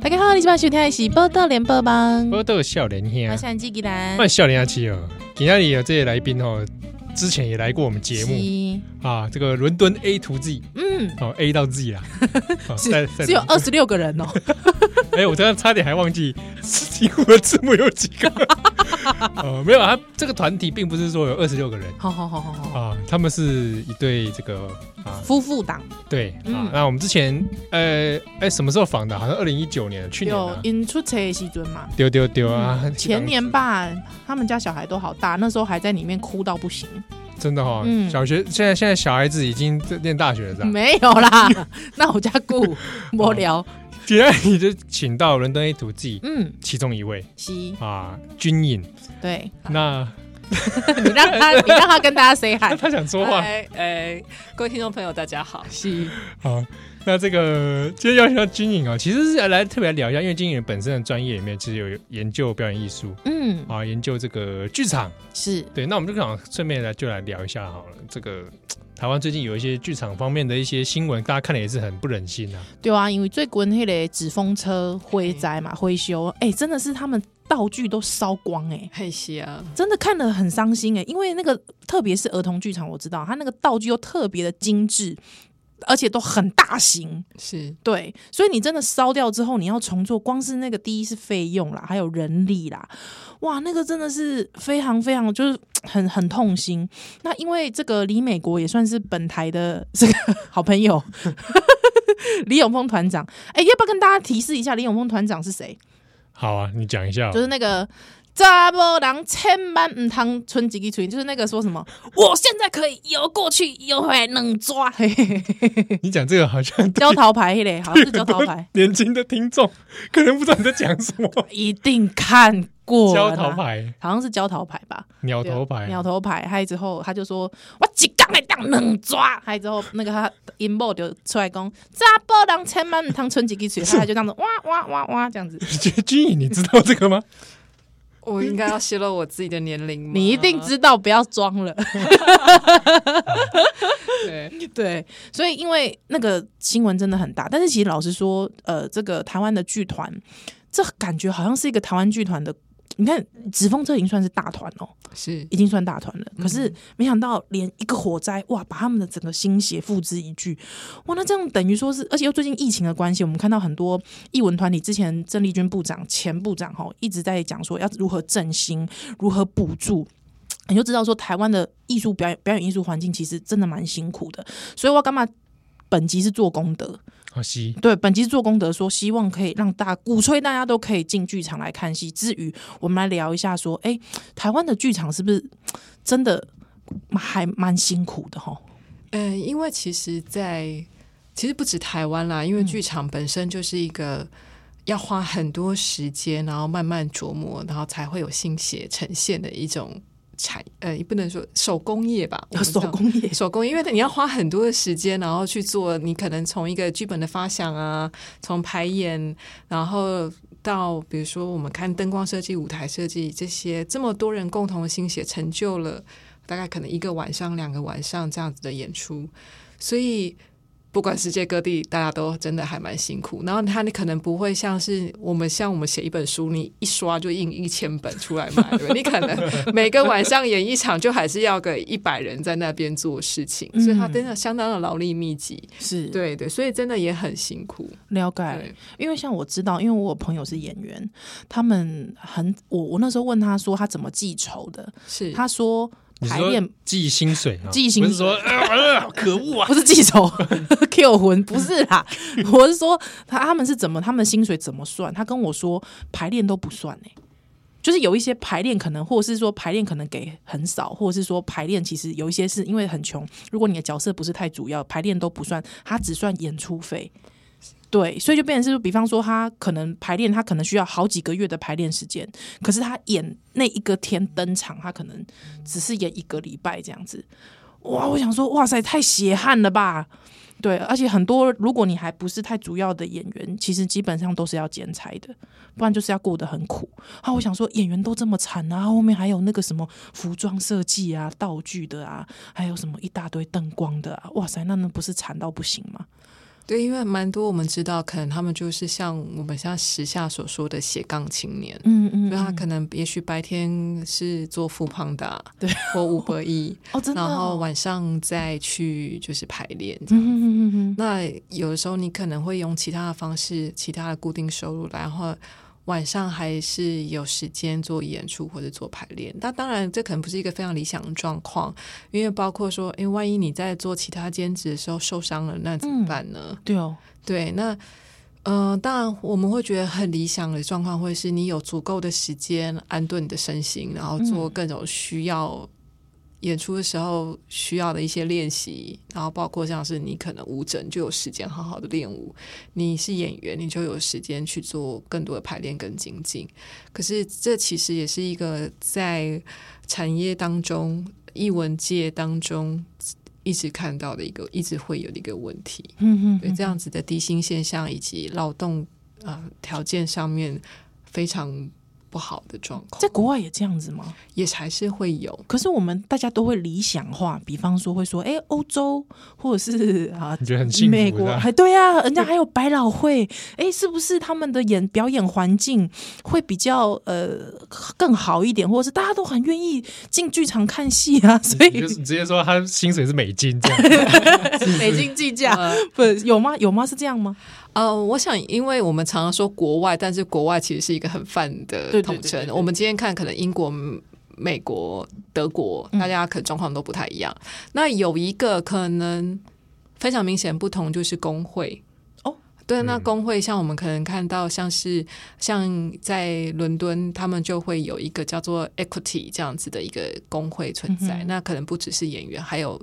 大家好，你今晚收听的是《报道联播网》，我都有笑脸我兄，啊是纪吉兰换。笑脸阿七哦。今天有这些来宾哦，之前也来过我们节目是啊。这个伦敦 A to Z 嗯，哦，A 到 Z 啦，哦再只再只有二十六个 人哦。哎，我刚刚差点还忘记 英文字母有几 个。哦，没有啊，他这个团体并不是说有二十六个人好好好好好，啊，他们是一对这个啊，夫妇档对啊嗯。那我们之前呃，哎，什么时候访的？好像二零一九年，去年有啊因出差的时准嘛？嗯丢丢丢啊， 前年吧，他们家小孩都好大，那时候还在里面哭到不行。真的哈、哦，嗯小学现在现在小孩子已经在念大学了，是吧？没有啦， 那我家 顾无哦聊。既然你就请到伦敦 A to G 嗯，其中一位是，啊，军颖，对， 那你让 他，你让他跟大家 say hi。他想说话嗨，呃，各位听众朋友，大家好。是，好，那这个今天邀请到军颖哦，其实是来特别聊一下，因为军颖本身的专业里面其实有研究表演艺术嗯，啊，研究这个剧场，是，对，那我们就想顺便来就来聊一下好了，这个。台湾最近有一些剧场方面的一些新闻，大家看了也是很不忍心啊。对啊，因为最近迄个纸风车灰灾嘛，灰修，哎、真的是他们道具都烧光哎、嘿西啊，真的看得很伤心哎、因为那个特别是儿童剧场，我知道他那个道具又特别的精致，而且都很大型，是对，所以你真的烧掉之后，你要重做，光是那个第一是费用啦，还有人力啦，哇，那个真的是非常非常就是很很痛心。那因为这个李美国也算是本台的这个 好朋友，李永峰团长，哎、要不要跟大家提示一下李永峰团长是谁？好啊，你讲一下哦、就是那个。查某人千万唔通存几个存，就是那个说什么，我现在可以游过去，游回来能抓，嘿嘿嘿你讲这个好像交桃牌嘞，好像是交桃牌， 年轻的听众可能不知道你在讲什么。一定看过交啦头牌、哎好像是交桃牌吧，鸟头牌、啊鸟头牌。还之后他就说，我一杠来当能抓。还之后那个他音幕就出来讲，查甫人千万唔通存几支嘴，他就这样子哇哇哇哇这样子。 君颖，你知道这个吗？我应该要泄露我自己的年龄吗？你一定知道，不要装了。 对，对，所以因为那个新闻真的很大，但是其实老实说，呃，这个台湾的剧团，这感觉好像是一个台湾剧团的。你看，纸风车已经算是大团哦，是已经算大团了。可是没想到，连一个火灾，哇，把他们的整个心血付之一炬，哇，那这样等于说是，而且又最近疫情的关系，我们看到很多艺文团体，之前郑丽君部长、前部长哈，一直在讲说要如何振兴，如何补助。你就知道说，台湾的艺术表演表演艺术环境其实真的蛮辛苦的，所以我干嘛？本集是做功德， 好西，对，本集是做功德，说希望可以让大鼓吹大家都可以进剧场来看戏。至于我们来聊一下，说，哎，台湾的剧场是不是真的还蛮辛苦的哈？嗯，因为其实在，其实不止台湾啦，因为剧场本身就是一个要花很多时间，然后慢慢琢磨，然后才会有新血呈现的一种产，呃，也不能说手工业吧，我们手叫工 业手工，因为你要花很多的时间，然后去做，你可能从一个剧本的发想啊，从排演，然后到比如说我们看灯光设计、舞台设计这些，这么多人共同的心血成就了，大概可能一个晚上、两个晚上这样子的演出，所以。不管世界各地，大家都真的还蛮辛苦。然后他你可能不会像是我们像我们写一本书，你一刷就印一千本出来卖，对不对？你可能每个晚上演一场，就还是要个一百人在那边做事情，所以他真的相当的劳力密集。是嗯对对，所以真的也很辛苦。了解。对，因为像我知道，因为我有朋友是演员，他们很我我那时候问他说他怎么记仇的，是他说你排说练记薪水啊？记薪水不是说 啊，完了好可恶啊！不是记仇 ，Q 魂不是啦，我是说他他们是怎么他们的薪水怎么算？他跟我说排练都不算呢、就是有一些排练可能，或者是说排练可能给很少，或者是说排练其实有一些是因为很穷，如果你的角色不是太主要，排练都不算，他只算演出费。对，所以就变成是，比方说他可能排练，他可能需要好几个月的排练时间，可是他演那一个天登场，他可能只是演一个礼拜这样子。哇，我想说，哇塞，太血汗了吧！对，而且很多，如果你还不是太主要的演员，其实基本上都是要剪裁的，不然就是要过得很苦。啊，我想说，演员都这么惨啊，后面还有那个什么服装设计啊、道具的啊，还有什么一大堆灯光的啊，哇塞，那那不是惨到不行吗？对，因为蛮多我们知道，可能他们就是像我们像时下所说的斜杠青年，嗯嗯就他啊可能也许白天是做富胖达， 对，或五百亿，哦， 真的哦，然后晚上再去就是排练这嗯样。哼哼哼哼，那有的时候你可能会用其他的方式，其他的固定收入，然后晚上还是有时间做演出或者做排练。那当然，这可能不是一个非常理想的状况，因为包括说，诶，万一你在做其他兼职的时候受伤了，那怎么办呢？对哦，对，那呃，当然我们会觉得很理想的状况，会是你有足够的时间安顿你的身心，然后做各种需要演出的时候需要的一些练习，然后包括像是你可能舞整就有时间好好的练舞，你是演员你就有时间去做更多的排练跟精进。可是这其实也是一个在产业当中、艺文界当中。一直看到的一个，一直会有的一个问题。嗯哼对哼，这样子的低薪现象以及劳动啊条、件上面非常不好的状况在，国外也这样子吗？也还是会有。可是我们大家都会理想化，比方说会说，哎，欧洲或者是啊 你，觉得很幸福美国是吧还对 啊，人家还有百老汇，哎，是不是他们的演表演环境会比较呃更好一点，或者是大家都很愿意进剧场看戏啊？所 你以就是直接说他薪水是美 金这样， 美金计价呃不有吗？有吗？是这样吗？呃，我想，因为我们常常说国外，但是国外其实是一个很泛对对的对统对对称。对我们今天看，可能英国、嗯美国、德国，嗯大家可能状况都不太一样。那有一个可能非常明显不同，就是工会。哦，对，那工会像我们可能看到，像是像在伦敦，他们就会有一个叫做 Equity 这样子的一个工会存在。那可能不只是演员，还有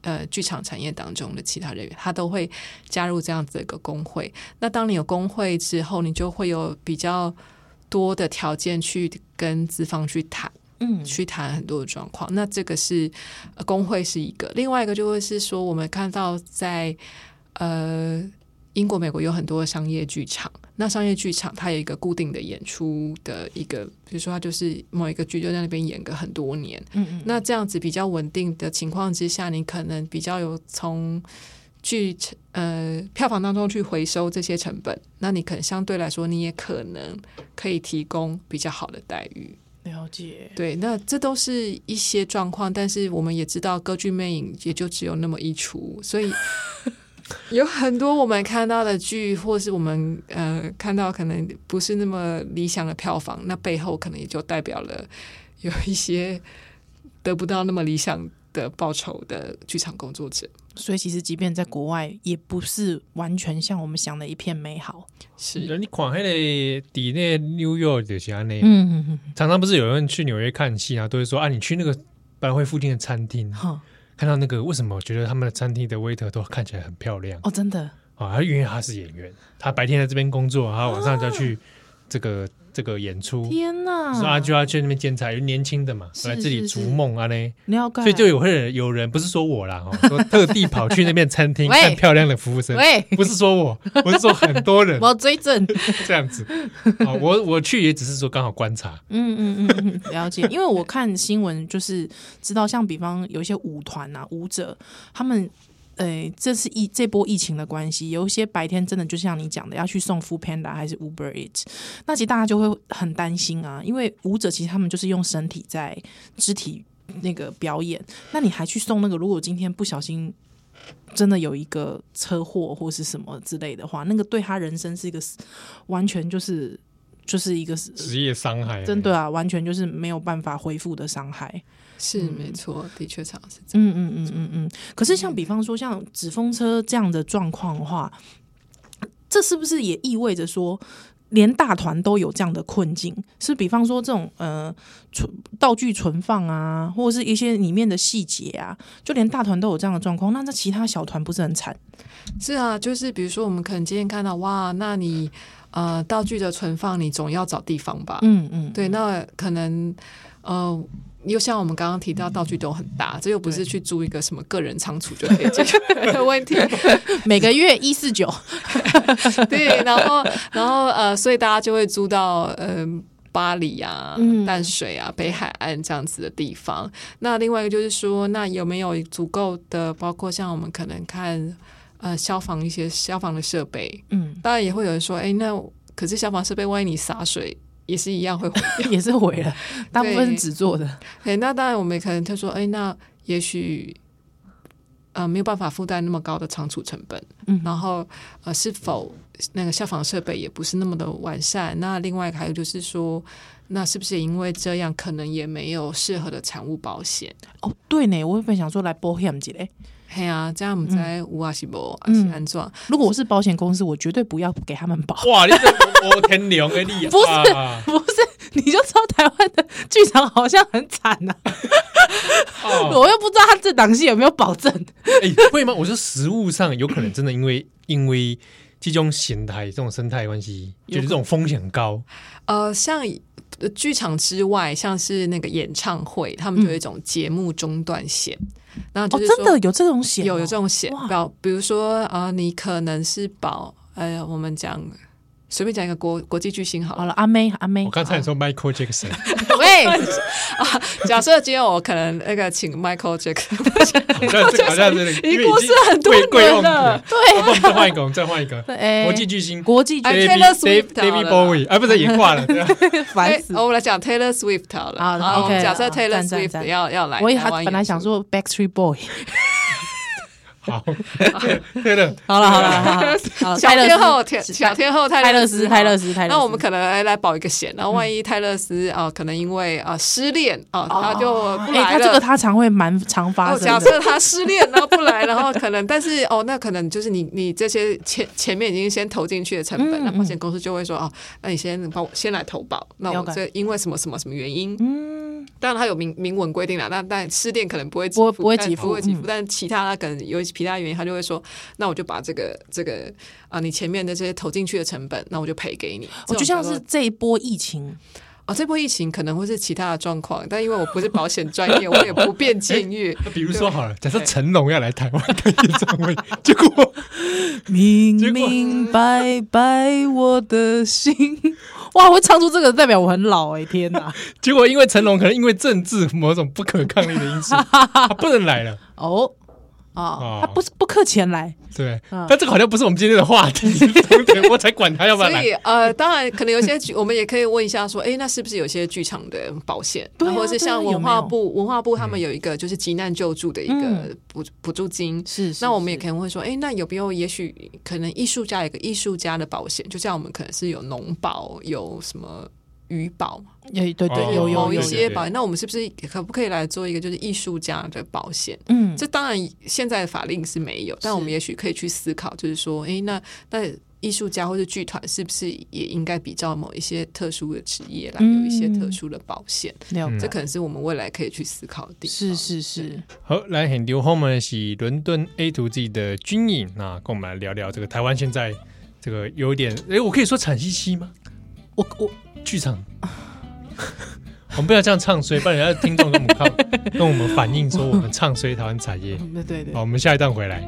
呃剧场产业当中的其他人员，他都会加入这样子的一个工会。那当你有工会之后，你就会有比较多的条件去跟资方去谈。嗯去谈很多的状况。那这个是、呃工会是一个，另外一个就会是说，我们看到在呃英国、美国有很多商业剧场，那商业剧场它有一个固定的演出的一个，比如说它就是某一个剧就在那边演个很多年，嗯嗯，那这样子比较稳定的情况之下，你可能比较有从剧呃票房当中去回收这些成本，那你可能相对来说你也可能可以提供比较好的待遇。了解。对，那这都是一些状况，但是我们也知道歌剧魅影也就只有那么一出，所以有很多我们看到的剧，或是我们呃看到可能不是那么理想的票房，那背后可能也就代表了有一些得不到那么理想的报酬的剧场工作者。所以其实即便在国外，也不是完全像我们想的一片美好。是，人你看迄个底那 New York 就是安尼，嗯嗯常常不是有人去纽约看戏啊，都会说啊，你去那个百老汇附近的 餐厅嗯，，哈看到那个为什么我觉得他们的餐厅的 waiter 都看起来很漂亮哦，真的啊？因为他是演员，他白天在这边工作，然后晚上就要去这个这个演出，天所以他哪！啊就要去那边兼差，因为年轻的嘛，嗯是来这里是是逐梦啊呢。你要干？所以就有会有有人不是说我 啦，哦，说特地跑去那边餐厅喂看漂亮的服务生，喂，不是 说我，我是说很多人哎我追正。这样子。啊，我我去也只是说刚好观察， 嗯嗯嗯嗯，了解。因为我看新闻就是知道，像比方有一些舞团啊、舞者，他们。诶、这是疫这波疫情的关系，有一些白天真的就像你讲的，要去送 Food Panda 还是 Uber Eat，那其实大家就会很担心啊，因为舞者其实他们就是用身体在肢体那个表演，那你还去送那个，如果今天不小心真的有一个车祸或是什么之类的话，那个对他人生是一个完全就是就是一个职业伤害，真的啊，完全就是没有办法恢复的伤害。是没错，的确常常是这样。嗯嗯嗯嗯嗯。可是像比方说像纸风车这样的状况的话，这是不是也意味着说？连大团都有这样的困境，是比方说这种呃存道具存放啊，或者是一些里面的细节啊，就连大团都有这样的状况，那那其他小团不是很惨？是啊，就是比如说我们可能今天看到，哇，那你呃道具的存放，你总要找地方吧？嗯嗯，对，那可能呃，又像我们刚刚提到，道具都很大，这又不是去租一个什么个人仓储就可以解决 的问题。每个月一四九， 对，然后然后呃，所以大家就会租到呃。巴黎啊嗯，淡水啊，北海岸这样子的地方。那另外一个就是说，那有没有足够的，包括像我们可能看呃消防一些消防的设备。嗯，当然也会有人说，哎，那可是消防设备万一你洒水也是一样会毁也是毁了，大部分是对纸做的，对，那当然，我们可能他说，哎，那也许呃没有办法负担那么高的仓储成本，嗯然后呃是否那个消防设备也不是那么的完善？那另外还有就是说，那是不是也因为这样，可能也没有适合的产物保险？哦，对呢，我原本想说来 bohem 几嘞。嘿啊，这样我们在乌阿西博嗯阿西安装，如果我是保险公司，我绝对不要给他们保。 哇，你这我天龙哎你啊不是啊不是，你就知道台湾的剧场好像很惨呐、哦我又不知道他这档戏有没有保证。哎、会吗？我说食物上有可能真的 因为因为这种形态、这种生态关系，觉得这种风险很高。呃，像。呃剧场之外，像是那个演唱会，他们就有一种节目中断险，那嗯哦，就是真说的有这种险哦、有有这种险哇保，比如说啊、呃你可能是保，呃，我们讲随便讲一个国国际巨星好好了，了，阿妹阿妹我，刚才说 Michael Jackson，喂啊， 假设今天我可能那个请 Michael Jackson，好像这个好像是那个已经因为过世很多贵贵年用了啊对，我哦们再换一个，我们再换一个哎国际巨星国际哎剧 David Taylor Swift Dav- David 好了 Bowie，啊，不是也 挂了，对啊烦死哎。我们来讲 Taylor Swift 好了，好好我们 OK，假设好 Taylor 赞赞 Swift 赞要要来，我也还哎本来想，说 Backstreet Boy，好，对的，好了好了 好了，好了小泰勒天后斯天小天后泰泰勒斯斯好了泰勒斯泰勒斯，那我们可能来来保一个险，然后万嗯一泰勒斯啊、可能因为啊、失恋啊、他就不哎，来他了。这个他常会蛮常发哦，生假的，设他失恋，然后不来，然后可能，但是哦，那可能就是你你这些前前面已经先投进去的成本，嗯那保险公司就会说哦，那你先帮我先来投保，那我这因为什么什么什么原因，嗯，当然它有明明文规定啦，那但失恋可能不会不会付不会但给付不会给付嗯，但其他他可能有其他原因，他就会说，那我就把这个这个啊、你前面的这些投进去的成本，那我就赔给你。我这种哦就像叫做是这一波疫情，哦，这波疫情可能会是其他的状况，但因为我不是保险专业，我也不 便建议。比如说好了，假设成龙要来台湾 开演唱会，结果明结果明白白我的心，哇，我会唱出这个代表我很老哎，天哪！结果因为成龙可能因为政治某种不可抗力的因 素，他不能来了， 哦哦哦，他不是不客前来，对嗯。但这个好像不是我们今天的话题， 对我才管他要不所要来以。呃，当然可能有些剧，我们也可以问一下说，哎，那是不是有些剧场的保险，对啊或者是像对啊文有没化有部文化部他们有一个就是急难救助的一个嗯补补助金。是是那我们也可以，能会说，哎，那有没有也许可能艺术家有一个艺术家的保险，就像我们可能是有农保，有什么渔保，哎，对哦对，有某有一有，些保险。那我们是不是可不可以来做一个就是艺术家的保险？嗯，这当然现在的法令是没有，但我们也许可以去思考，就是说，诶，那那艺术家或者剧团是不是也应该比较某一些特殊的职业来嗯有一些特殊的保险？了嗯这解，可能是我们未来可以去思考的地方。是是是，好，来很流后们是伦敦 A to G 的军营，那跟我们来聊聊这个台湾现在这个有点，哎，我可以说惨兮兮吗？我我剧场。 我们不要这样唱衰，不然人家听众跟我们抗，跟我们反映说我们唱衰台湾产业。对对对好，，我们下一段回来。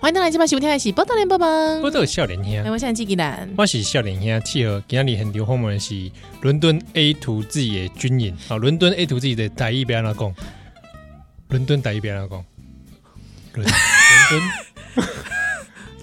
欢迎大家今晚收听的是《波多连帮忙我》，都有笑脸啊哎，兄，我现在记给男，我是笑脸兄，契合今日很流行的是伦敦 A to Z 的军营啊，伦敦 A to Z 的台语边怎讲，伦敦台语边怎讲，伦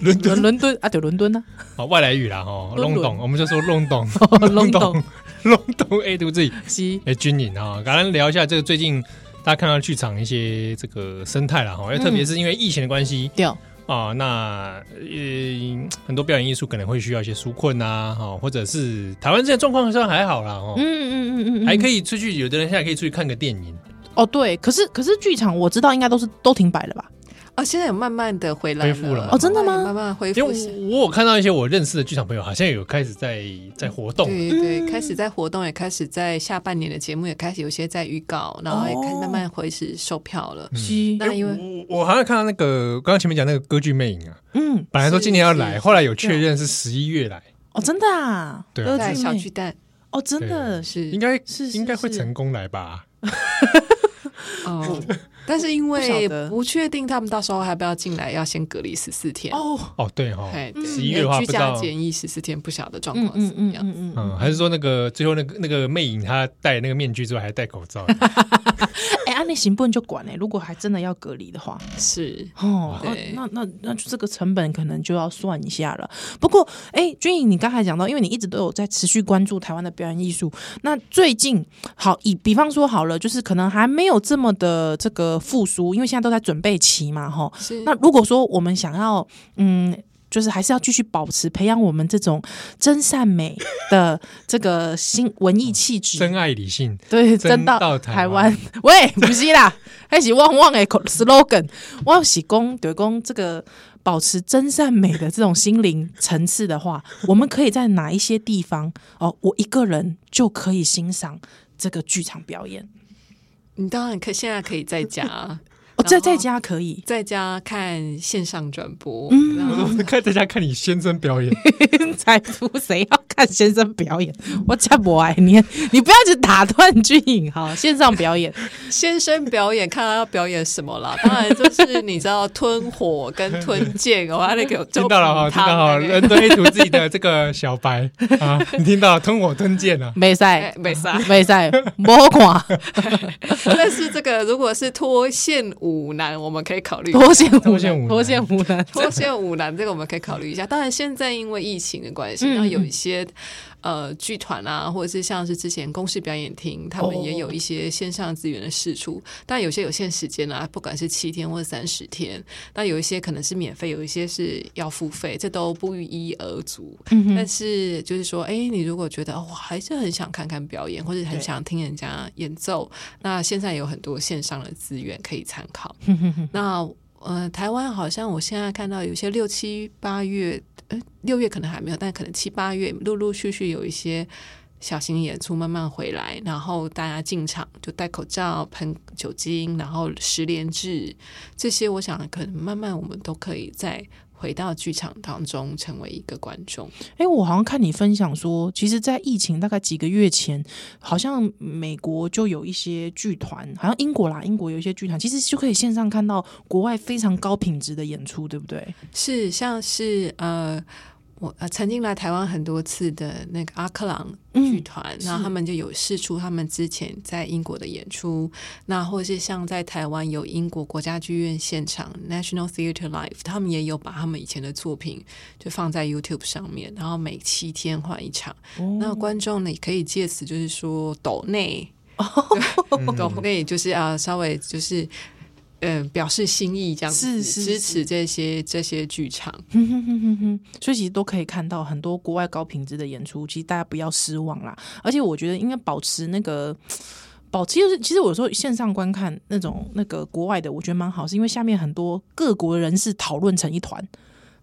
伦敦伦敦伦伦敦啊，对伦敦 呢，啊，外来语啦吼，伦弄敦哦懂，我们就说弄懂，弄懂懂，弄懂 A to Z。是，哎，军营啊，刚刚聊一下这个最近大家看到剧场一些这个生态了哈，哎嗯特别是因为疫情的关系对，啊，那呃很多表演艺术可能会需要一些纾困啊，哈，或者是台湾现在状况虽然还好啦嗯哦，嗯嗯嗯，还可以以出去，有的人现在可以出去看个电影，嗯哦，对，可是可是剧场我知道应该都是都停摆了吧？啊，现在有慢慢的回来恢复了哦真的吗慢慢恢因为复。我我有看到一些我认识的剧场朋友好像有开始在在活动，对对，开始在活动，也开始在下半年的节目也开始有些在预告，然后也开始哦慢慢回始售票了。嗯是，那因为我我好像看到那个刚刚前面讲那个歌剧魅影啊，嗯，本来说今年要是来，是啊后来有确认是十一月来，哦，真的啊，对啊二在字小妹巨蛋哦，真的是应该是是应该会是成功来吧？ 哦，但是因不为晓得不确定他们到时候还不要进来，要先隔离十四天。哦，哦，对哈，哎，对11月的话居不知家道检疫十四天，不晓得状嗯况嗯怎么嗯样。嗯嗯嗯，嗯，还是说那个最后那个那个魅影，他戴那个面具之外还戴口 罩，哎，按、你行不能就管哎、如果还真的要隔离的话，是哦，那对那那那就这个成本可能就要算一下了。不过，哎，君颖，你刚才讲到，因为你一直都有在持续关注台湾的表演艺术，那最近好以比方说好了，就是可能还没有这么的这个复苏，因为现在都在准备期嘛，哈。是，那如果说我们想要，嗯，就是还是要继续保持培养我们这种真善美的这个新文艺气质，真爱理性， 对，真真到到台台湾湾，喂，不是啦，还是旺旺的口 slogan，我是讲对讲这个保持真善美的这种心灵层次的话，我们可以在哪一些地方哦？我一个人就可以欣赏这个剧场表演，你当然可现在可以在家 啊，哦，在然后在家可以，在家看线上转播，嗯然我后都看在家看你先生表演，才不谁要看先生表演，我才不爱你，你不要去打断俊颖哈，线上表演，先生表演，看他要表演什么啦。当然就是你知道吞火跟吞剑，我还得给我听到了哈，听到了，人对 A 图自己的这个小白啊，你听到了吞火吞剑啊，没赛哎没事。 没赛，不好看，但是这个如果是脱线舞男，我们可以考虑一下脱线无脱线能，无脱线无 能。脱线舞男这个我们可以考虑一下。当然，现在因为疫情的关系，嗯那有一些呃剧团啊，或者是像是之前公式表演厅，他们也有一些线上资源的试出，但有些有限时间啊，不管是七天或三十天，那有一些可能是免费，有一些是要付费，这都不一而足。嗯但是就是说，哎，你如果觉得哦，我还是很想看看表演，或者很对想听人家演奏，那现在有很多线上的资源可以参考。 那呃，台湾好像我现在看到有些六七八月，呃，六月可能还没有，但可能七八月陆陆续续有一些小型演出慢慢回来，然后大家进场就戴口罩、喷酒精，然后十连制这些，我想可能慢慢我们都可以再回到剧场当中，成为一个观众。哎，我好像看你分享说，其实，在疫情大概几个月前，好像美国就有一些剧团，好像英国啦，英国有一些剧团，其实就可以线上看到国外非常高品质的演出，对不对？是像是呃，我呃曾经来台湾很多次的那个阿克朗嗯剧团，然后他们就有试出他们之前在英国的演出，那或是像在台湾有英国国家剧院现场 National Theatre Live，他们也有把他们以前的作品就放在 YouTube 上面，然后每七天换一场，那观众呢也可以借此就是说抖内。抖内就是啊，稍微就是，嗯、表示心意这样是子，是支是持这些这些剧场。哼哼哼哼哼，所以其实都可以看到很多国外高品质的演出，其实大家不要失望啦。而且我觉得应该保持那个。保持就是，其实我有时候线上观看那种那个国外的，我觉得蛮好，是因为下面很多各国人士讨论成一团，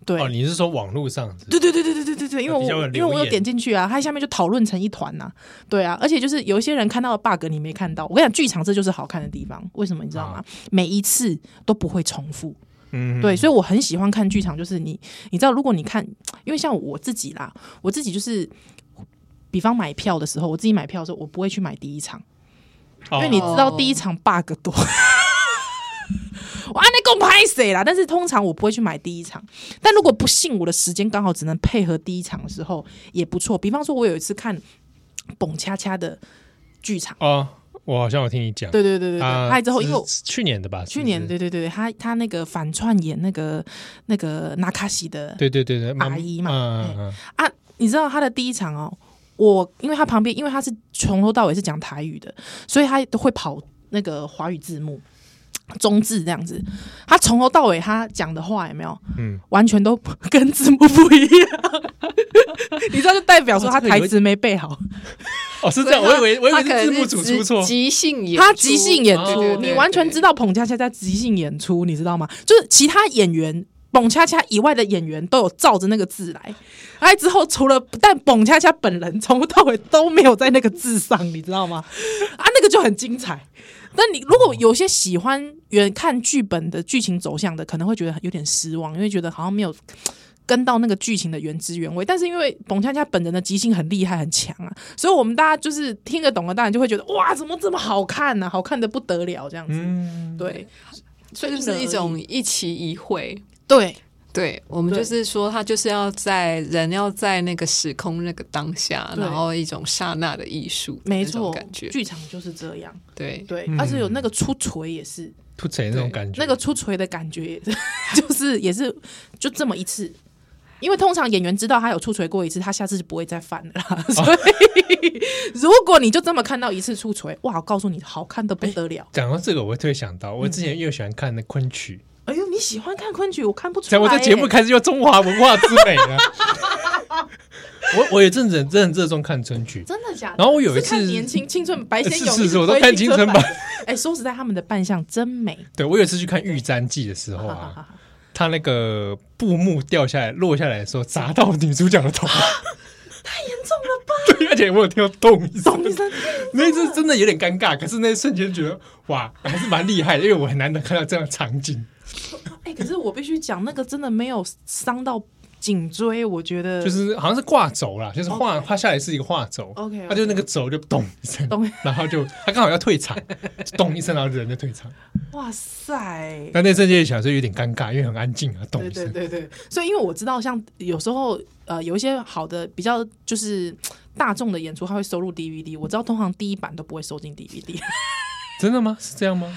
对，哦，你是说网络上是不对是对对对对对对对，因为比较有我因为留我有言点进去啊，它下面就讨论成一团呐、对啊，而且就是有一些人看到的 bug 你没看到，我跟你讲，剧场这就是好看的地方，为什么你知道吗？每一次都不会重复，啊嗯，对，所以我很喜欢看剧场，就是你你知道，如果你看，因为像我自己啦，我自己就是。比方买票的时候，我自己买票的时候，我不会去买第一场，哦因为你知道第一场 bug 多。 我按那够拍谁啦？但是通常我不会去买第一场，但如果不信我的时间刚好只能配合第一场的时候，也不错。比方说，我有一次看蹦恰恰的剧场，哦，我好像有听你讲，对对对对对，啊拍、之后因为我是是去年的吧，是去不年是对对对，对他他那个反串演那个那个纳卡西的对对对对，蛮阿姨嘛嗯嗯嗯啊，你知道他的第一场哦，我因为他旁边，因为他是从头到尾是讲台语的，所以他都会跑那个华语字幕。中字这样子，他从头到尾他讲的话有没有？嗯嗯，完全都 跟字幕不一样， 你知道就代表说哦他这个有台词没背好，哦，是这样，我以为我以为他可是字能幕组出错哦即，即兴演出，他即兴演对出，对对你完全知道彭恰恰在即兴演出，你知道吗？就是其他演员。彭恰恰以外的演员都有照着那个字来，哎，之后除了但彭恰恰本人从头到尾都没有在那个字上，你知道吗？啊，那个就很精彩。那你如果有些喜欢原看剧本的剧情走向的，可能会觉得有点失望，因为觉得好像没有跟到那个剧情的原汁原味。但是因为董恰恰本人的即兴很厉害很强啊，所以我们大家就是听得懂的，当然就会觉得哇，怎么这么好看呢、啊好看的不得了这样子。嗯，对，所这以就就是一种一期一会。对对我们对就是说，他就是要在人要在那个时空那个当下，对然后一种刹那的艺术，没错，感觉剧场就是这样。对。对，嗯而且有那个出锤也是，吐槽那种感觉，那个出锤的感觉也是， 就是也是就这么一次。因为通常演员知道他有出锤过一次，他下次就不会再犯了啦。 所以，如果你就这么看到一次出锤，哇！我告诉你，好看的不得了。讲到这个，我会特别想到，我之前又喜欢看那昆曲，哎呦，你喜欢看昆曲，我看不出在来、我在节目哎开始有中华文化之美了。我我有阵子很热衷看昆曲，真的假的？然后我有一是看次哎年轻青春白先勇，是是你是我都推看青青春版。 哎，说实在，他们的扮相真美。对我有一次去看《玉簪记》的时候啊，他那个布幕掉下来落下来的时候，砸到女主角的 头，太严重了吧， 对，而且我有听到咚一声，董医生。那一次真的有点尴尬，可是那一瞬间觉得哇，还是蛮厉害的，因为我很难得看到这样的场景。哎、可是我必须讲，那个真的没有伤到颈椎，我觉得就是好像是挂轴啦，就是画画下来是一个画轴 OK，OK 他就那个轴就咚一声咚，然后就他刚好要退 场，就咚一声，然后人就退场。哇塞。但那瞬间想说有点尴尬，因为很安静啊，咚对一对声。对对，所以因为我知道，像有时候呃，有一些好的比较就是大众的演出，它会收录 DVD。我知道通常第一版都不会收进 DVD，真的吗？是这样吗？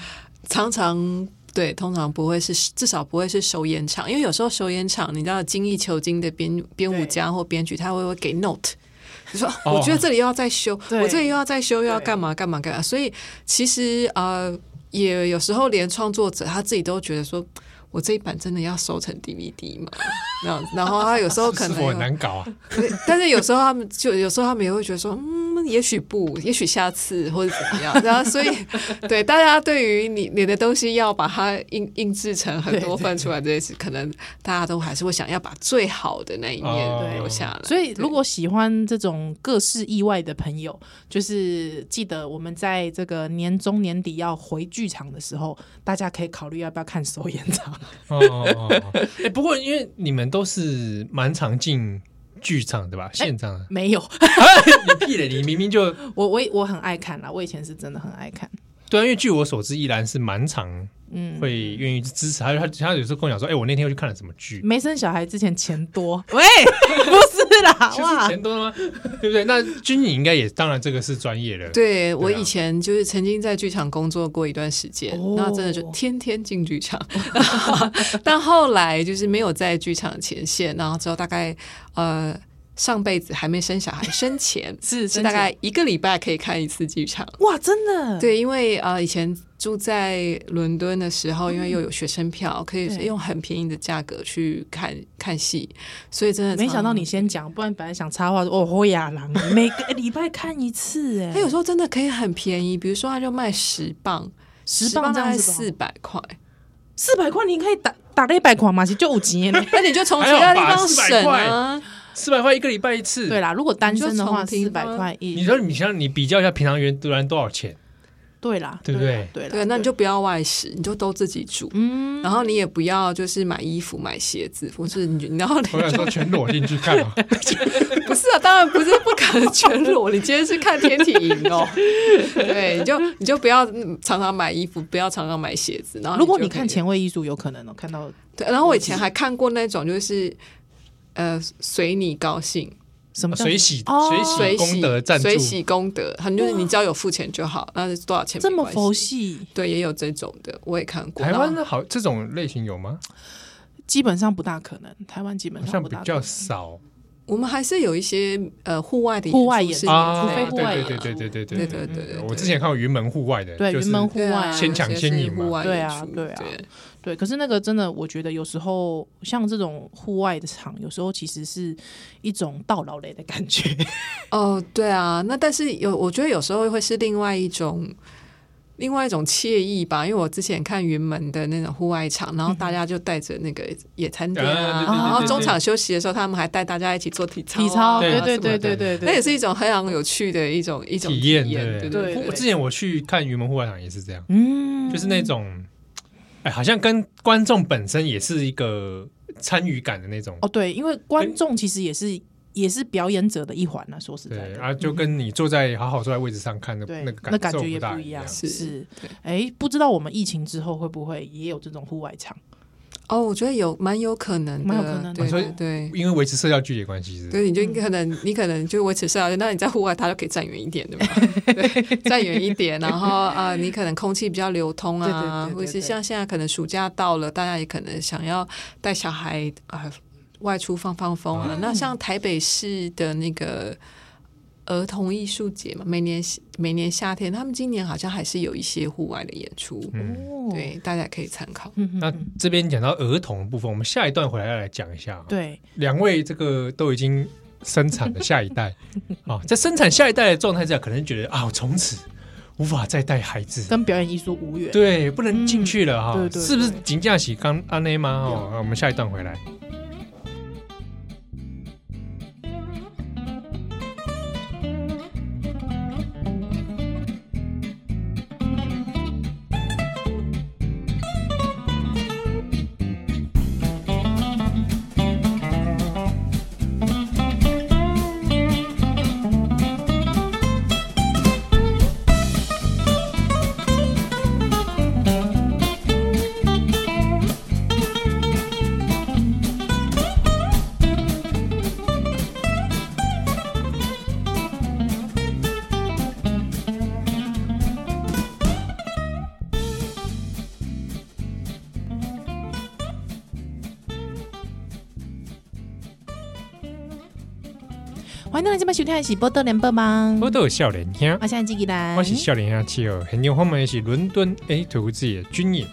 常常对，通常不会是，至少不会是首演场，因为有时候首演场，你知道精益求精的编编舞家或编曲，他会会给 note。你说，哦我觉得这里又要再修，对我这里又要再修，又要对干嘛干嘛干嘛。所以其实呃，也有时候连创作者他自己都觉得说，我这一版真的要收成 DVD 嘛？然后，然后他有时候可 是能否有很难搞啊？对， 但是有时候他们就有时候他们也会觉得说，嗯，也许不，也许下次或者怎么样， 然后所以对大家对于你你的东西要把它印印制成很哦多份出来这件事，可能大家都还是会想要把最好的那一哦面留下来。所以如果喜欢这种各式意外的朋友，就是记得我们在这个年中年底要回剧场的时候，大家可以考虑要不要看首演场。哦哦哦哦！哎，不过因为你们都是蛮常进剧场的吧？现场 的没有， 你屁嘞！你明明就我我我很爱看啦，我以前是真的很爱看。对啊，因为据我所知，依然是蛮常嗯，会愿意支持他。他他有时候跟我讲说，哎，我那天又去看了什么剧。 没生小孩之前钱多，喂， 不是啦，就是哇，钱多了吗？对不对？那军你应该也，当然这个是专业的，对我对啊以前就是曾经在剧场工作过一段时间，哦那真的就天天进剧场， 但后来就是没有在剧场前线，然后之后大概呃上辈子还没生小孩生前是是大概一个礼拜可以看一次剧场。哇，真的，对，因为呃以前住在伦敦的时候，因为又有学生票，可以对用很便宜的价格去看看戏，所以真的没常想到你先讲，不然本来想插话说哦，豁亚郎每个礼拜看一次，哎它，有时候真的可以很便宜，比如说它就卖十磅，十磅磅这大样概子吧四百块。四百块你可以打打了一百块嘛，是就五级。那你就从其他地方省啊。四百块一个礼拜一次。对啦，如果单身的话，你就四从百平块一，你说你像你比较一下平常人突然多少钱？对啦，对不对对对？啦，对，那你就不要外食，你就都自己煮。嗯，然后你也不要就是买衣服、买鞋子，或是你，然后你我想说全裸进去看啊，不是啊，当然不是不可能全裸，你今天是看天体营 哦。对，你就你就不要嗯常常买衣服，不要常常买鞋子。然后如果就你可以看前卫艺术，有可能哦，看到对，然后我以前还看过那种就是呃随你高兴，什么叫水洗哦水洗随功喜德赞助随喜功德，很就是你只要有付钱就好，那是多少钱这么没关系佛系，对，也有这种的，我也看过。台湾然后的好这种类型有吗？基本上不大可能，台湾基本好上像不比大可较能，少我们还是有一些呃户外的户外演演出是出有除非啊，这样户对的外对演对出对对对对对对对对对。我之前看过云门户外的，对就是云门户对啊外先抢有些先是赢嘛户外对演啊出对啊对，可是那个真的，我觉得有时候像这种户外的场，有时候其实是一种到老累的感觉。哦，对啊，那但是有，我觉得有时候会是另外一种。另外一种惬意吧，因为我之前看云门的那种户外场，然后大家就带着那个野餐垫啊，啊对对嗯对对然后对中场休息的时候，他们还带大家一起做体操、啊，体操，对对什对么的对对对对，那也是一种非常有趣的一种一种体验对对对对对我之前我去看云门户外场也是这样，嗯，就是那种，哎，好像跟观众本身也是一个参与感的那种。哦，对，因为观众其实也是也是表演者的一环啊，说实在对的，啊，就跟你坐在好好坐在位置上看的对，那那个感受觉也大不一样。是是对，哎，不知道我们疫情之后会不会也有这种户外场？哦，我觉得有蛮有可能的，蛮有可能的对所以对对。因为维持社交距离的关系是不是。对，你就嗯可能，你可能就维持社交，那你在户外，它就可以站远一点，对吧？对，站远一点，然后啊、呃你可能空气比较流通啊，对对对对或者是对像现在可能暑假到了，大家也可能想要带小孩啊、呃外出放放风啊。嗯那像台北市的那个儿童艺术节嘛，每年每年夏天，他们今年好像还是有一些户外的演出，嗯，哦，对，大家可以参考。嗯，嗯那嗯这边讲到儿童的部分，我们下一段回来要来讲一下啊。对，两位这个都已经生产了下 一代啊、在生产下一代的状态下，可能觉得啊，我从此无法再带孩子，跟表演艺术无缘。对，不能进去了哈、嗯对对对是不是？金假喜刚安内吗？哦，啊我们下一段回来。欢迎大家这边收听的是《波多连播忙》，我都有笑脸兄，我现在自己来，我是笑脸兄七儿，很牛。我们也是伦敦 A 图自己的军演。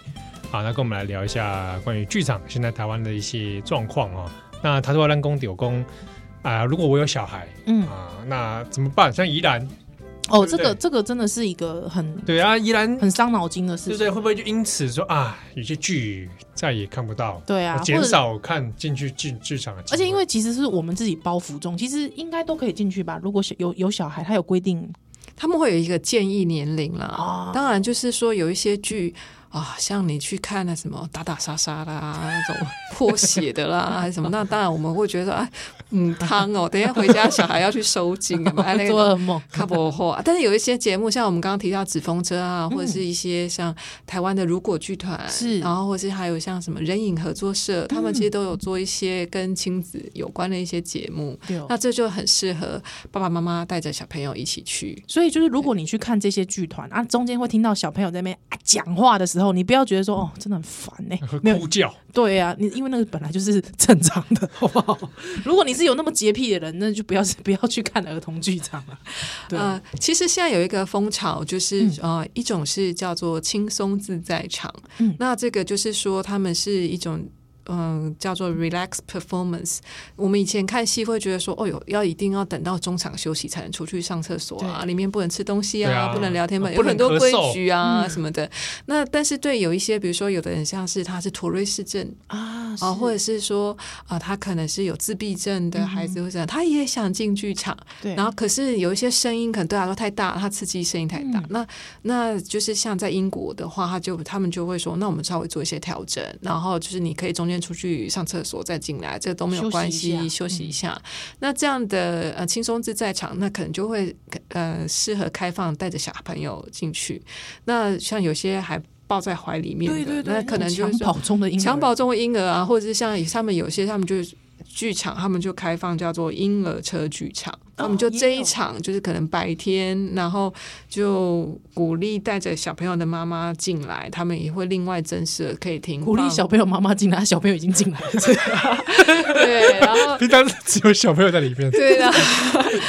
好，那跟我们来聊一下关于剧场现在台湾的一些状况哦。那他说让公丢公啊，如果我有小孩嗯，啊、那怎么办？像宜兰，哦，对不这对个这个真的是一个很对啊，宜兰很伤脑筋的事对不情，对？会不会就因此说啊，有些剧再也看不到，对啊，减或者。少看进去剧剧场的机而会？且因为其实是我们自己包袱重，其实应该都可以进去吧。如果小有有小孩，他有规定他们会有一个建议年龄啦。哦当然，就是说有一些剧啊，像你去看那什么打打杀杀啦，那 种破血的啦，还是什么，那当然我们会觉得哎，嗯，汤哦，等一下回家小孩要去收惊，有没有哎，那做个噩梦，卡不后啊。但是有一些节目，像我们刚刚提到纸风车啊，或者是一些像台湾的如果剧团，嗯是嗯然后或是还有像什么人影合作社，他们其实都有做一些跟亲子有关的一些节目。对哦那这就很适合爸爸妈妈带着小朋友一起去，所以就是，如果你去看这些剧团啊，中间会听到小朋友在那边啊讲话的时候，你不要觉得说哦，真的很烦 呢、没会有哭叫，对啊，你因为那个本来就是正常的，好不好？如果你是有那么洁癖的人，那就不要 不要去看儿童剧场啊了。对，呃，其实现在有一个风潮，就是、嗯呃，一种是叫做轻松自在场，嗯那这个就是说他们是一种。嗯，叫做 relax performance。我们以前看戏会觉得说，哦哟，要一定要等到中场休息才能出去上厕所啊，里面不能吃东西对啊啊，不能聊天嘛，啊有很多不能规咳嗽嗯矩啊、什么的。那但是对有一些，比如说有的人像是他是妥瑞氏症啊啊，或是者是说啊、他可能是有自闭症嗯的孩子，或者他也想进剧场，对，然后可是有一些声音可能对他来说太大，他刺激声音太嗯大。那那就是像在英国的话，他就他们就会说，那我们稍微做一些调整，然后就是你可以中间出去上厕所再进来，这都没有关休息一下系，嗯休息一下。那这样的呃轻松自在场，那可能就会呃适合开放带着小朋友进去。那像有些还抱在怀里面的，对对对，那可能那种就是说强保中的婴儿襁褓中的婴儿啊，或者是像他们有些他们就是剧场，他们就开放叫做婴儿车剧场，他们就这一场就是可能白天，然后就鼓励带着小朋友的妈妈进来，他们也会另外增设可以停鼓励放小朋友妈妈进来，小朋友已经进来了，对，然后。呃平常只有小朋友在里 面。对的，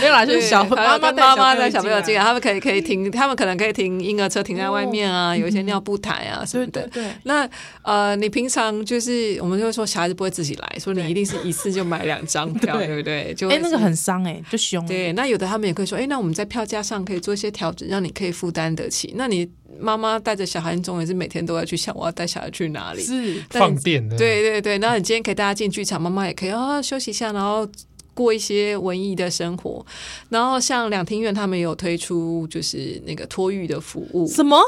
没有啦，就是对小然后妈妈跟妈妈带带小朋友进来，来，他们可以可以停，他们可能可以停婴儿车停在外面啊，有一些尿布台啊什么对的对。对。那呃，你平常就是我们就会说小孩子不会自己来，说你对一定是一次就买两张 票，对对不对？就哎、会那是个很伤哎、就凶、欸。对。那有的他们也会说，哎，那我们在票价上可以做一些调整，让你可以负担得起。那你妈妈带着小孩，你总也是每天都要去想，我要带小孩去哪里？是但放电的，对对对，那你今天可以带他进剧场，妈妈也可以啊、休息一下，然后过一些文艺的生活。然后像两厅院他们也有推出就是那个托育的服务，什么？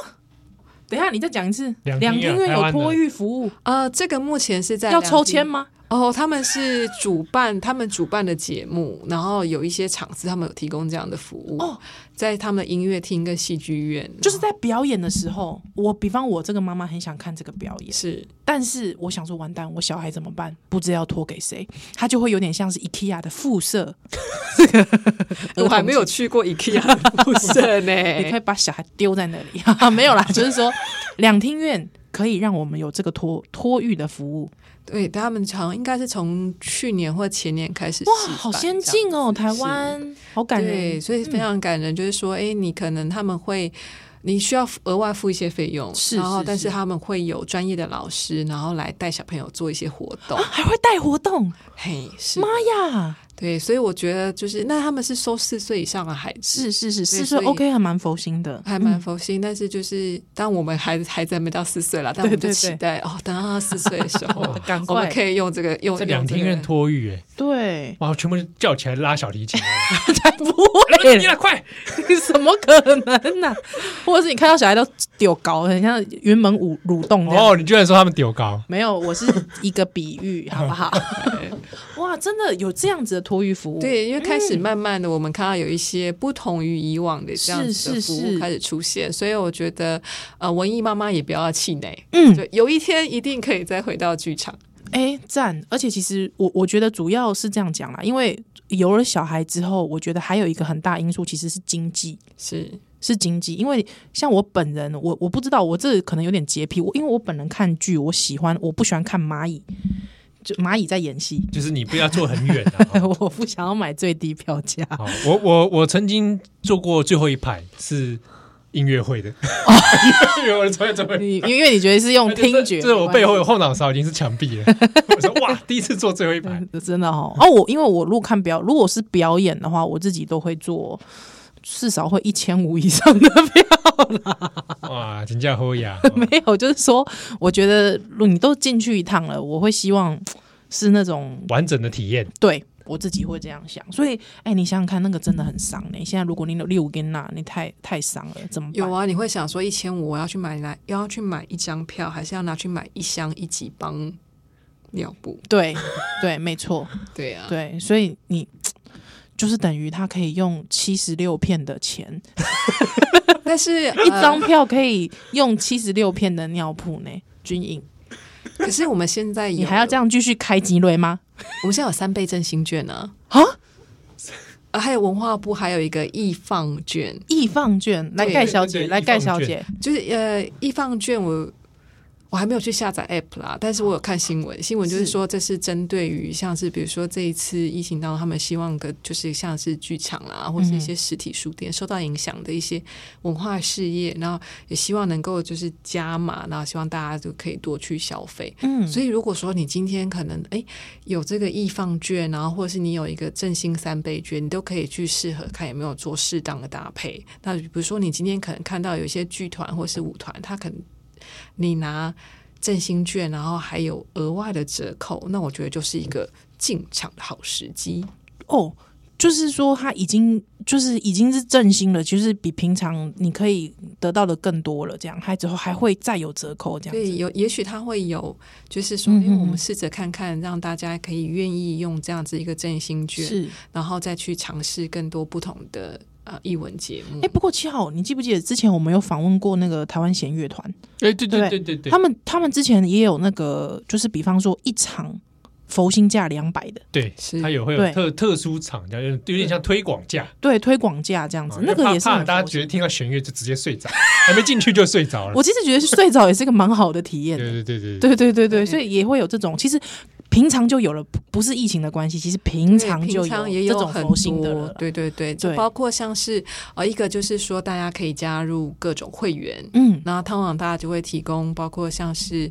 等一下，你再讲一次。两厅厅院院台有湾的托育服务，呃，这个目前是在要两抽厅签吗？哦，他们是主办，他们主办的节目，然后有一些场次，他们有提供这样的服务，哦在他们的音乐厅跟戏剧院，就是在表演的时候，我比方我这个妈妈很想看这个表演，是但是我想说完蛋，我小孩怎么办？不知道要托给谁，他就会有点像是 IKEA 的副社，哎 我还没有欸去过 IKEA 不 是你可呢，以把小孩丢在那里， 没有啦，就是说两厅院可以让我们有这个托托育的服务，对，他们好像应该是从去年或前年开始哇，试好办先这样进哦，台湾好感对，人，所以非常感人，就是说，哎，你可能他们会。你需要额外付一些费用，嗯是然后是但是是他们会有专业的老师，然后来带小朋友做一些活动。还会带活动，嘿，是妈呀，对，所以我觉得就是那他们是收四岁以上的孩是子，是是，所以是说所以 OK 还蛮佛心的，还蛮佛心，但是就是当我们孩子孩子还没到四岁了，但我们对对就期对，待哦，等到他四岁的时候 赶我们快可以用这个用这两厅天院托育哎、，对 哇，全部叫起来拉小 提琴，才不来会你嘞 来快！怎么可能呢、 或者是你看到小孩都丢高，很像云门舞蠕动那样。哦，你居然说他们丢高，没有，我是一个比喻，好不好？ 哇，真的有这样子的托育服务，，对，因为开嗯始慢慢的，我们看到有一些不同于以往的这样是子的是服是务开始出现，所以我觉得，呃，文艺妈妈也不要气馁，嗯就有一天一定可以再回到剧场。哎，赞！而且其实我我觉得主要是这样讲啦，因为有了小孩之后，我觉得还有一个很大因素其实是经济。是是经济，因为像我本人，我我不知道，我这可能有点洁癖。我因为我本人看剧，我喜欢，我不喜欢看蚂蚁，就蚂蚁在演戏， 就是你不要坐很远啊。哦我不想要买最低票价。好，我我我曾经坐过最后一排是音乐会的， 因为我的坐在最后一排哦 你因为你觉得是用听觉，哎这是我背后有后脑勺已经是墙壁了。我说哇，第一次坐最后一排，嗯真的哦。哦，我因为我如果看表，如果是表演的话，我自己都会做。至少会一千五以上的 票，哇，请假喝 呀！哦没有，就是说，我觉得如果你都进去一趟了，我会希望是那种完整的体验，对我自己会这样想，所以，哎、你想想看，那个真的很伤呢、现在如果你有六根那，你太太伤了，怎么办？有啊，你会想说一千五，我要去买来，要去买一张票，还是要拿去买一箱一级帮尿布？对对，没错，对啊，对，所以你就是等于他可以用七十六片的钱，但是 一呃张票可以用七十六片的尿布呢。军营，呃可是我们现哎在你还要这样，样继续开机瑞吗？我们现在有三倍振兴券呢、啊，啊，还有文化部还有一个易放券，易放券来对盖对小对姐，易来盖放小券姐，就是呃，易放券我我还没有去下载 app 啦，但是我有看新闻，新闻就是是说这是针对于像是比如说这一次疫情当中，他们希望个就是像是剧场啦，或是一些实体书店受到影响的一些文化事业，然后也希望能够就是加码，然后希望大家就可以多去消费。嗯，所以，如果说你今天可能哎有这个易放券，然后或者是你有一个振兴三倍券，你都可以去适合看有没有做适当的搭配。那比如说你今天可能看到有一些剧团或是舞团，它可能你拿振兴券，然后还有额外的折扣，那我觉得就是一个进场的好时机。哦，就是说他已经就是已经是振兴了，就是比平常你可以得到的更多了，这样还之后还会再有折扣这样对，子。有也许它会有，就是说，因为我们试着看看，让大家可以愿意用这样子一个振兴券，是，然后再去尝试更多不同的。呃，艺文节目哎、，不过七号，你记不记得之前我们有访问过那个台湾弦乐团，哎，对对对对对他们他们之前也有那个，就是比方说一场佛心价两百的，对，是它有会对有特特殊场，有点有点像推广价，对，推广价这样子，啊那因为个怕也是怕很大家佛觉心得听到弦乐就直接睡着， 还没进去就睡着了。我其实觉得睡着也是个蛮好的体验对的。对对对对对对对对，所以也会有这种，其实平常就有了，不不是疫情的关系，其实平对常就平常也这有种很佛心的多了啦。对对对，就对包括像是呃，一个就是说大家可以加入各种会员，嗯，然后通常大家就会提供包括像是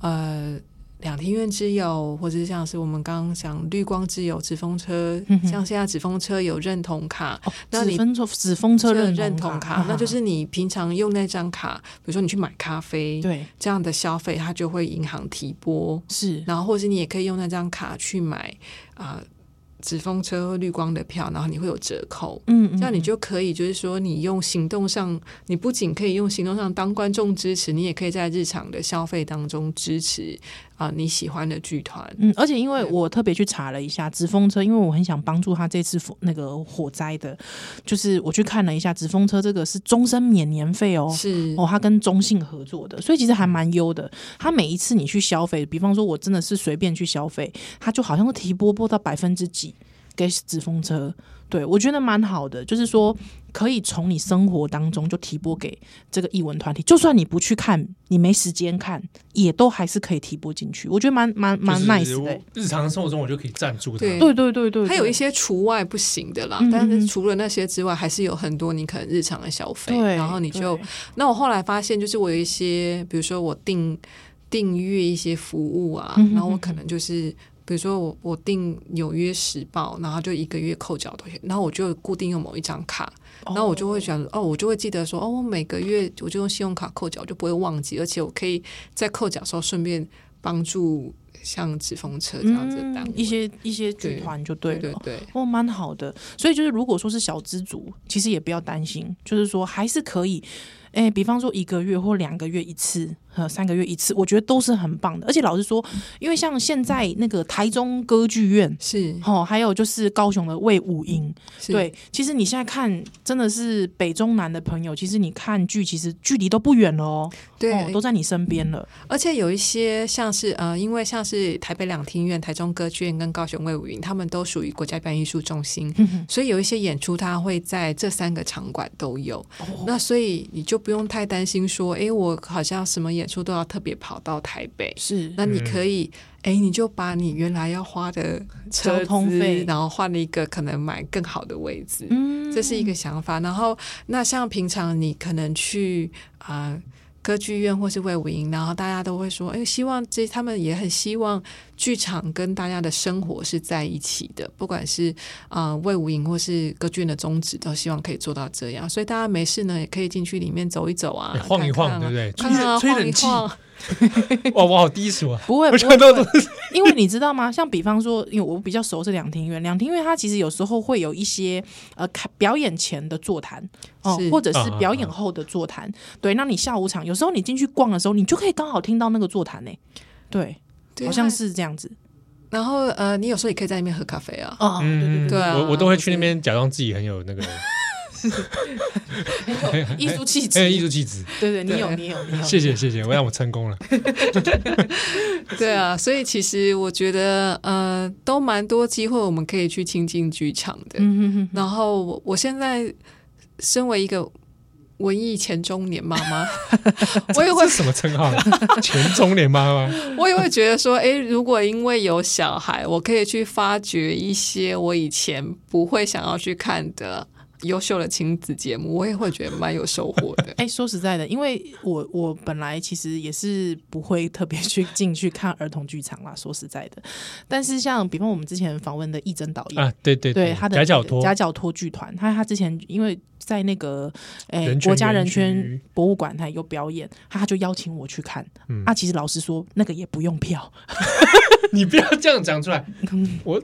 呃。两厅院之友，或者是像是我们刚刚讲绿光之友、纸风车，嗯哼像现在纸风车有认同卡，哦，那你纸风车纸风车认认同卡，那啊就是你平常用那张卡，比如说你去买咖啡，对，这样的消费，它就会银行提拨，是然后或是你也可以用那张卡去买啊、纸风车或绿光的票，然后你会有折扣。嗯，嗯这样你就可以，就是说，你用行动上，你不仅可以用行动上当观众支持，你也可以在日常的消费当中支持啊、你喜欢的剧团。嗯，而且因为我特别去查了一下直风车，因为我很想帮助他这次火那个火灾的，就是我去看了一下直风车这个是终身免年费哦。是哦，他跟中信合作的，所以其实还蛮优的。他每一次你去消费，比方说我真的是随便去消费，他就好像会提拨拨到百分之几给纸风车。对我觉得蛮好的，就是说可以从你生活当中就提拨给这个艺文团体，就算你不去看，你没时间看，也都还是可以提拨进去。我觉得蛮蛮蛮就是 nice 的欸、我日常生活中我就可以赞助它。对对对对对，它有对一些除外不行的啦，嗯嗯嗯但是除了那些之外，还是有很多你可能日常的消费。对，然后你就对那我后来发现，就是我有一些，比如说我订订阅一些服务啊，嗯哼然后我可能就是。比如说我我订《纽约时报》，然后就一个月扣缴多少钱，然后我就固定用某一张卡，然后我就会想哦，我就会记得说哦，我每个月我就用信用卡扣缴，我就不会忘记，而且我可以在扣缴的时候顺便帮助像纸风车这样子的单位、嗯一些一些剧团就对对了。对对，哦，蛮好的，所以就是如果说是小资族，其实也不要担心，就是说还是可以，哎，比方说一个月或两个月一次，和三个月一次，我觉得都是很棒的。而且老实说，因为像现在那个台中歌剧院，是哦，还有就是高雄的魏武营，嗯是对，其实你现在看真的是北中南的朋友，其实你看剧其实距离都不远了哦，对、哦，都在你身边了。而且有一些像是呃，因为像是台北两厅院、台中歌剧院跟高雄卫武营，他们都属于国家表演艺术中心，嗯所以有一些演出它会在这三个场馆都有。哦那所以你就不用太担心说，诶，我好像什么演出都要特别跑到台北。是，那你可以，诶，你就把你原来要花的车交通资费然后换了一个可能买更好的位置。嗯，这是一个想法。然后，那像平常你可能去啊、呃歌剧院或是魏武营，然后大家都会说，哎，希望这他们也很希望剧场跟大家的生活是在一起的，不管是啊、呃、魏武营或是歌剧院的宗旨，都希望可以做到这样。所以大家没事呢，也可以进去里面走一走啊哎，晃一晃，看看啊对不对？吹看看啊冷吹晃冷一气，晃， 哇，我好低俗啊！不会，我不想会，到不会因为你知道吗？像比方说，因为我比较熟是两厅院，两厅院它其实有时候会有一些呃看表演前的座谈哦是，或者啊是啊表演后的座谈。对，那你下午场有时候你进去逛的时候，你就可以刚好听到那个座谈呢、对，对啊好像。是这样子然后呃，你有时候也可以在那边喝咖啡 啊。哦，嗯，对啊我我都会去那边假装自己很有 那个对嗯对，艺术气质很有，哎艺术气质。对对，你对有你有你有，谢谢谢谢，我让我成功了。 对啊，所以其实我觉得，呃，都蛮多机会我们可以去亲近剧场的。嗯哼哼，。然后我我现在身为一个文艺前中年妈 妈，我也会这是什么称号？啊全中年妈妈，我也会觉得说，诶，如果因为有小孩，我可以去发掘一些我以前不会想要去看的优秀的亲子节目，我也会觉得蛮有收获的哎、说实在的，因为我我本来其实也是不会特别去进去看儿童剧场啦。说实在的，但是像比方我们之前访问的义珍导演，啊！对对对他的夹脚拖，夹脚拖剧团，他他之前因为在那个诶、人权国家园人权区博物馆，他有表演，他就邀请我去看。嗯啊，其实老实说，那个也不用票， 你不要这样讲出来。 我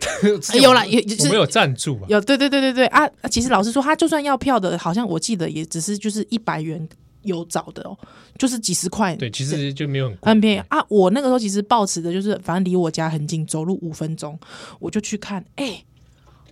有啦也就是我们有赞助啊。有对对对对对啊！啊其实老实说，他就算要票的，好像我记得也只是就是一百元有找的哦，就是几十块。对，其实就没有很贵很便宜啊！我那个时候其实抱持的就是，反正离我家很近，走路五分钟，我就去看。哎、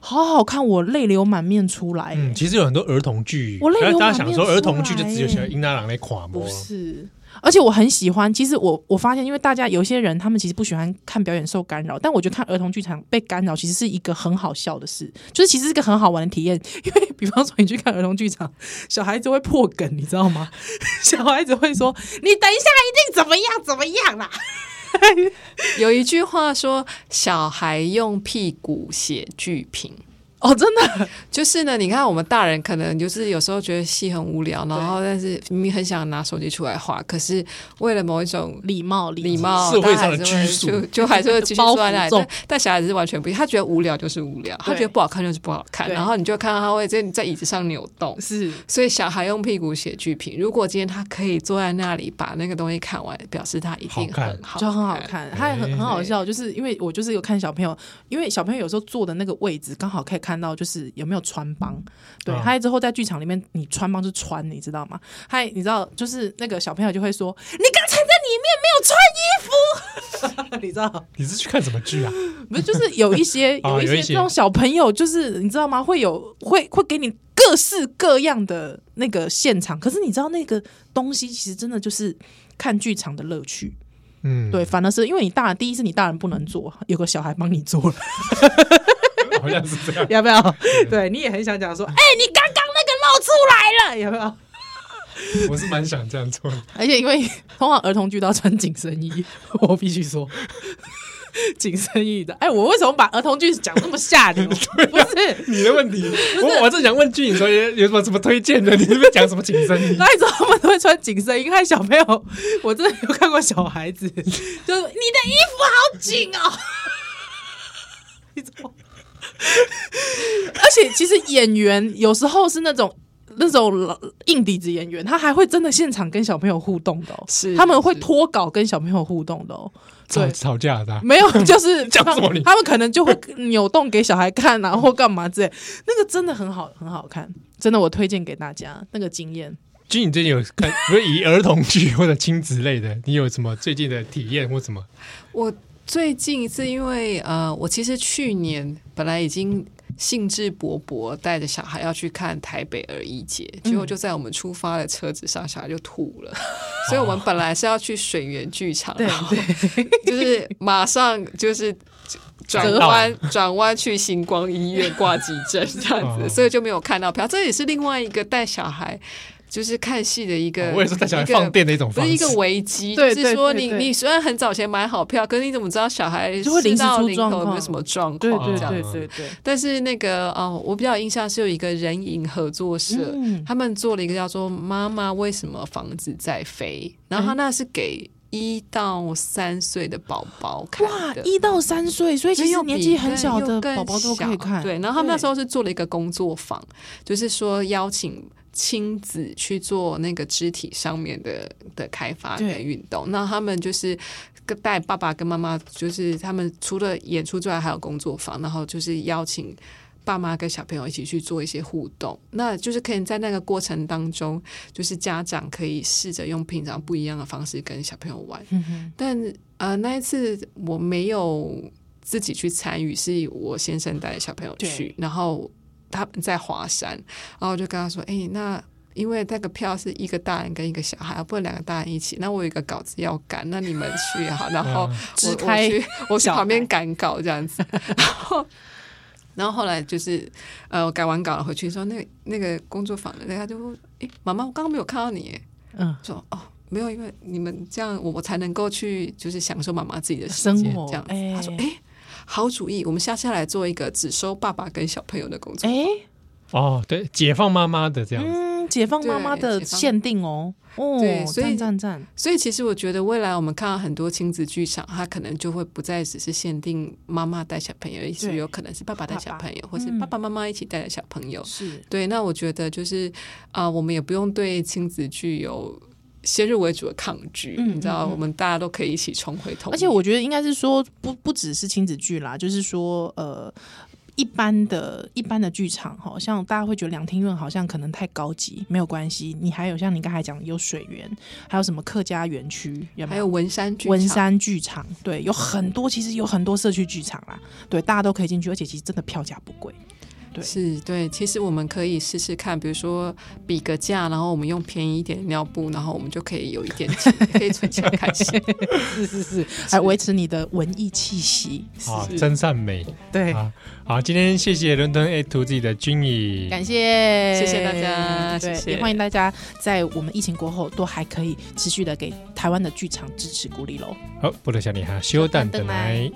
好好看，我泪流满面出来、嗯，其实有很多儿童剧，我泪流大家大满家想面说儿童出剧来就只有耶小英拉郎在垮模不，是，而且我很喜欢。其实我我发现，因为大家有些人他们其实不喜欢看表演受干扰，但我觉得看儿童剧场被干扰其实是一个很好笑的事，就是其实是个很好玩的体验。因为比方说你去看儿童剧场，小孩子会破梗，你知道吗？ 小孩子会说：“你等一下一定怎么样怎么样啦有一句话说，小孩用屁股写剧评。！”哦，真的，就是呢，你看我们大人可能就是有时候觉得戏很无聊，然后但是你很想拿手机出来画，可是为了某一种礼貌，礼，貌，社会大家上的还是拘会束就 就还是会继续包坐袱在那里。重但但小孩子是完全不一样，他觉得无聊就是无聊，他对觉得不好看就是不好看，对然后你就看到他会在在椅子上扭动。是所以小孩用屁股写剧评，如果今天他可以坐在那里把那个东西看完，表示他一定好看很好就很好看，它也很哎很好笑，就是因为我就是有看小朋友，因为小朋友有时候坐的那个位置刚好可以看到，就是有没有穿帮。对，嗯他之后在剧场里面，你穿帮就穿，你知道吗？他你知道，就是那个小朋友就会说：“你刚才在里面没有穿衣服。” 你知道，你是去看什么剧啊？不是就是有一 些啊有一有一些这些种小朋友，就是你知道吗？会有会会给你各式各样的那个现场，可是你知道那个东西其实真的就是看剧场的乐趣。嗯，对，，反而是因为你大人，第一是你大人不能做，有个小孩帮你做了，好像是这样。 要不要？对，你也很想讲说，哎、你刚刚那个露出来了，有没有？我是蛮想这样 做的。而且因为通常儿童剧都要穿紧身衣， 我必须说。紧身衣的，哎、我为什么把儿童剧讲那么下流？不是，你的问题，我我正想问剧，你说有有什么什么推荐的？你是不是讲什么紧 身衣？那你知道他们都会穿紧身衣，害小朋友，我真的有看过小孩子，就是你的衣服好紧哦， 你知道吗？而且其实演员有时候是那种。那种老硬底子演员，他还会真的现场跟小朋友互动的、哦，是他们会是脱稿跟小朋友互动的哦。吵对吵架的啊、没有，就是讲什么你他们可能就会扭动给小孩看啊，然后干嘛之类，那个真的很好，很好看，真的我推荐给大家那个经验。君，你最近有看， 不是以儿童剧或者亲子类的，你有什么最近的体验或什么？我最近一次，因为呃，我其实去年本来已经兴致勃勃带着小孩要去看台北儿一节，结果就在我们出发的车子上，小孩就吐 了，所以我们本来是要去水源剧场，对然后对，就是马上就是转折 弯转弯去星光医院挂急诊这样哦子，所以就没有看到票。这也是另外一个带小孩就是看戏的一个，哦我也是在想一个放电的一种不方是式，一个危机，就对是说对你对对你虽然很早前买好票，可是你怎么知道小孩就会临时吃到出临状头有没有况什么状对况对这样？对嗯对对，但是那个哦，我比较有印象是有一个人影合作社，嗯他们做了一个叫做“妈妈为什么房子在飞”，然后他那是给一到三岁的宝宝哇看，的。一到三岁，所以所其以实又年比纪很对小又的更宝宝都可以小看。对，然后他们那时候候是做了一个工作坊，就是说邀请亲子去做那个肢体上面的的开发对跟运动。那他们就是跟带爸爸跟妈妈，就是他们除了演出之外，还有工作坊，然后就是邀请。爸妈跟小朋友一起去做一些互动，那就是可以在那个过程当中，就是家长可以试着用平常不一样的方式跟小朋友玩。嗯但呃，那一次我没有自己去参与，是我先生带小朋友去对，然后他们在华山，然后我就跟他说：“哎、那因为那个票是一个大人跟一个小孩，不能两个大人一起。那我有一个稿子要赶，那你们去好，然后嗯我支我开去我去小孩旁边赶稿这样子，然后。”然后后来就是，呃，我改完稿了回去说，那个那个工作坊的，那个他就说，哎，妈妈，我刚刚没有看到你，诶嗯，说哦，没有，因为你们这样，我我才能够去就是享受妈妈自己的时生间活这样子。哎他说，哎，好主意，我们下次来做一个只收爸爸跟小朋友的工作。哎，哦，对，解放妈妈的这样子，嗯，解放妈妈对的解放限定哦，哦对，所赞以赞赞，所以其实我觉得未来我们看到很多亲子剧场，它可能就会不再只是限定妈妈带小朋友，也是对有可能是爸爸带小朋友，或是嗯爸爸妈妈一起带着小朋友。是对，那我觉得就是啊、我们也不用对亲子剧有先入为主的抗拒，嗯你知道，嗯嗯我们大家都可以一起重回童年。而且我觉得应该是说不不只是亲子剧啦，就是说呃。一般的、一般的剧场，好像大家会觉得两厅院好像可能太高级，没有关系。你还有像你刚才讲的有水源，还有什么客家园区，有没还有有文山剧场，文山剧场，对，有很多，其实有很多社区剧场啦，对，大家都可以进去，而且其实真的票价不贵。对是对，其实我们可以试试看，比如说比个价，然后我们用便宜一点的尿布，然后我们就可以有一点钱，可以存钱开心。是是是，还维持你的文艺气息。啊，真善美。对，啊，好，今天谢谢伦敦 A to Z 的君怡，感谢谢谢大家对，谢谢嗯也欢迎大家在我们疫情过后都还可以持续的给台湾的剧场支持鼓励喽。好，不得小你哈，修蛋等来。